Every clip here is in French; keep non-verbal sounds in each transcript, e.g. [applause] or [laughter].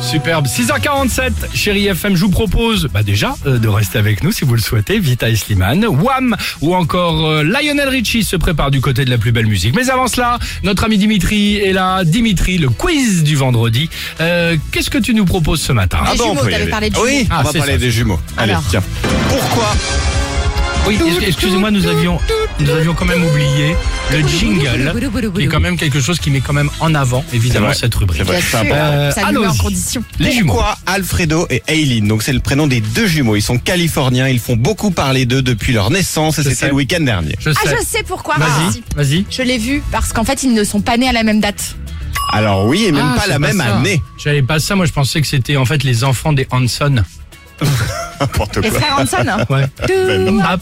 Superbe. 6h47, chérie FM, je vous propose bah déjà euh, de rester avec nous si vous le souhaitez. Vita et Slimane, Wham ou encore euh, Lionel Richie se prépare du côté de la plus belle musique. Mais avant cela, notre ami Dimitri est là. Dimitri, le quiz du vendredi. Euh, Qu'est-ce que tu nous proposes ce matin Ah Les bon, on jumeaux, peut y t'avais aller. parlé de Oui, jumeaux. Ah, on va c'est parler ça. des jumeaux. Allez, Alors. tiens. Pourquoi Oui, ex- excusez-moi, nous avions, nous avions quand même oublié le jingle, qui est quand même quelque chose qui met quand même en avant, évidemment, C'est vrai. cette rubrique. C'est vrai. Bien Ça sûr, va. ça nous Euh, met en allons-y. condition. Les jumeaux. Pourquoi Alfredo et Aileen Donc c'est le prénom des deux jumeaux. Ils sont californiens, ils font beaucoup parler d'eux depuis leur naissance et Je c'était sais. le week-end dernier. Je sais. Ah, je sais pourquoi. Vas-y, Ah. vas-y. Je l'ai vu parce qu'en fait, ils ne sont pas nés à la même date. Alors oui, et même Ah, pas c'est la même ça. année. [laughs] J'avais pas ça, moi je pensais que c'était en fait les enfants des Hanson. N'importe Les quoi. Ben frères Hanson. [laughs] hein. Ouais. Tout. Hop,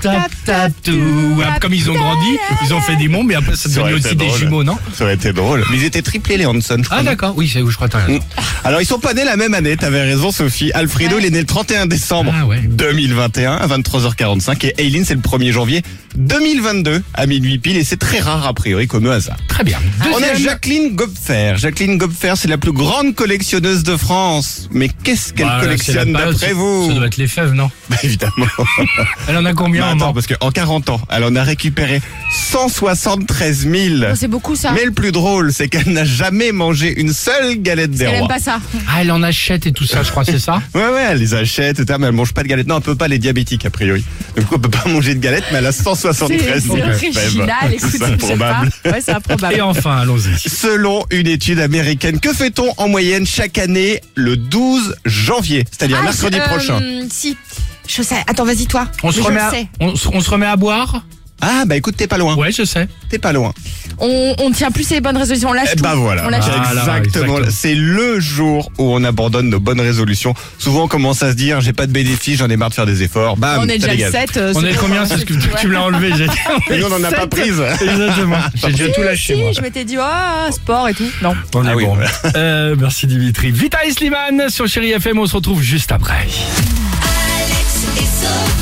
tap, tap, tout. Hop. Comme ils ont grandi, ils ont fait des monts, mais après ça Ça devient aurait aussi été des drôle. Mmh. jumeaux, non Ça aurait été drôle. Mais ils étaient triplés les Hanson. je Ah crois. d'accord, oui, c'est où je crois que t'as raison. Alors ils sont pas nés la même année, t'avais raison Sophie. Alfredo Ouais. il est né le 31 décembre Ah ouais. 2021 à 23h45 et Aileen c'est le 1er janvier 2022 à minuit pile et c'est très rare a priori comme hasard. Très bien. On a Deuxième- Jacqueline Gopfer. Jacqueline Gopfer, c'est la plus grande collectionneuse de France. Mais qu'est-ce qu'elle Bah, c'est collectionne la période, d'après ça- vous Ça doit être les fèves, non Bah, [laughs] [laughs] Évidemment. Elle en a Mais combien en Bah, attends, mort parce qu'en 40 ans, elle en a récupéré 173 000. Oh, C'est beaucoup ça. Mais le plus drôle, c'est qu'elle n'a jamais mangé une seule galette des Elle aime rois. pas ça. Ah, elle en achète et tout ça, je crois, c'est ça Ouais, ouais, elle les achète, etc. Mais elle mange pas de galette. Non, elle peut pas, les diabétiques, a priori. Donc, on peut pas [laughs] manger de galette, mais elle a 173 C'est 000. c'est fèves. original. Écoute, C'est je sais improbable. pas. Ouais, c'est Bah, improbable. Et enfin, allons-y. Selon une étude américaine, que fait-on en moyenne chaque année le 12 janvier, c'est-à-dire Ah, mercredi je- euh, prochain Si. Je sais. Attends, vas-y, toi. On se, Mais je remet le à, sais. on, se- on se remet à boire Ah bah écoute, t'es pas loin, Ouais, je sais. t'es pas loin. On, on tient plus les bonnes résolutions. On lâche Eh tout. bah voilà, On lâche Ah. tout. Voilà, exactement. exactement. C'est le jour où on abandonne nos bonnes résolutions. Souvent, on commence à se dire, j'ai pas de bénéfice, j'en ai marre de faire des efforts. Bam, On ça est déjà le euh, dégage. 7. On est combien C'est ce que tu, tu me l'as enlevé. j'ai- Et nous, on en a pas prise. Exactement. J'ai déjà tout lâché, moi. Si, je m'étais dit, oh, sport et tout. Non. On est Ah oui, bon. voilà. Euh, merci Dimitri. Vita et Slimane sur Chéri FM, on se retrouve juste après. Alex et Sophie.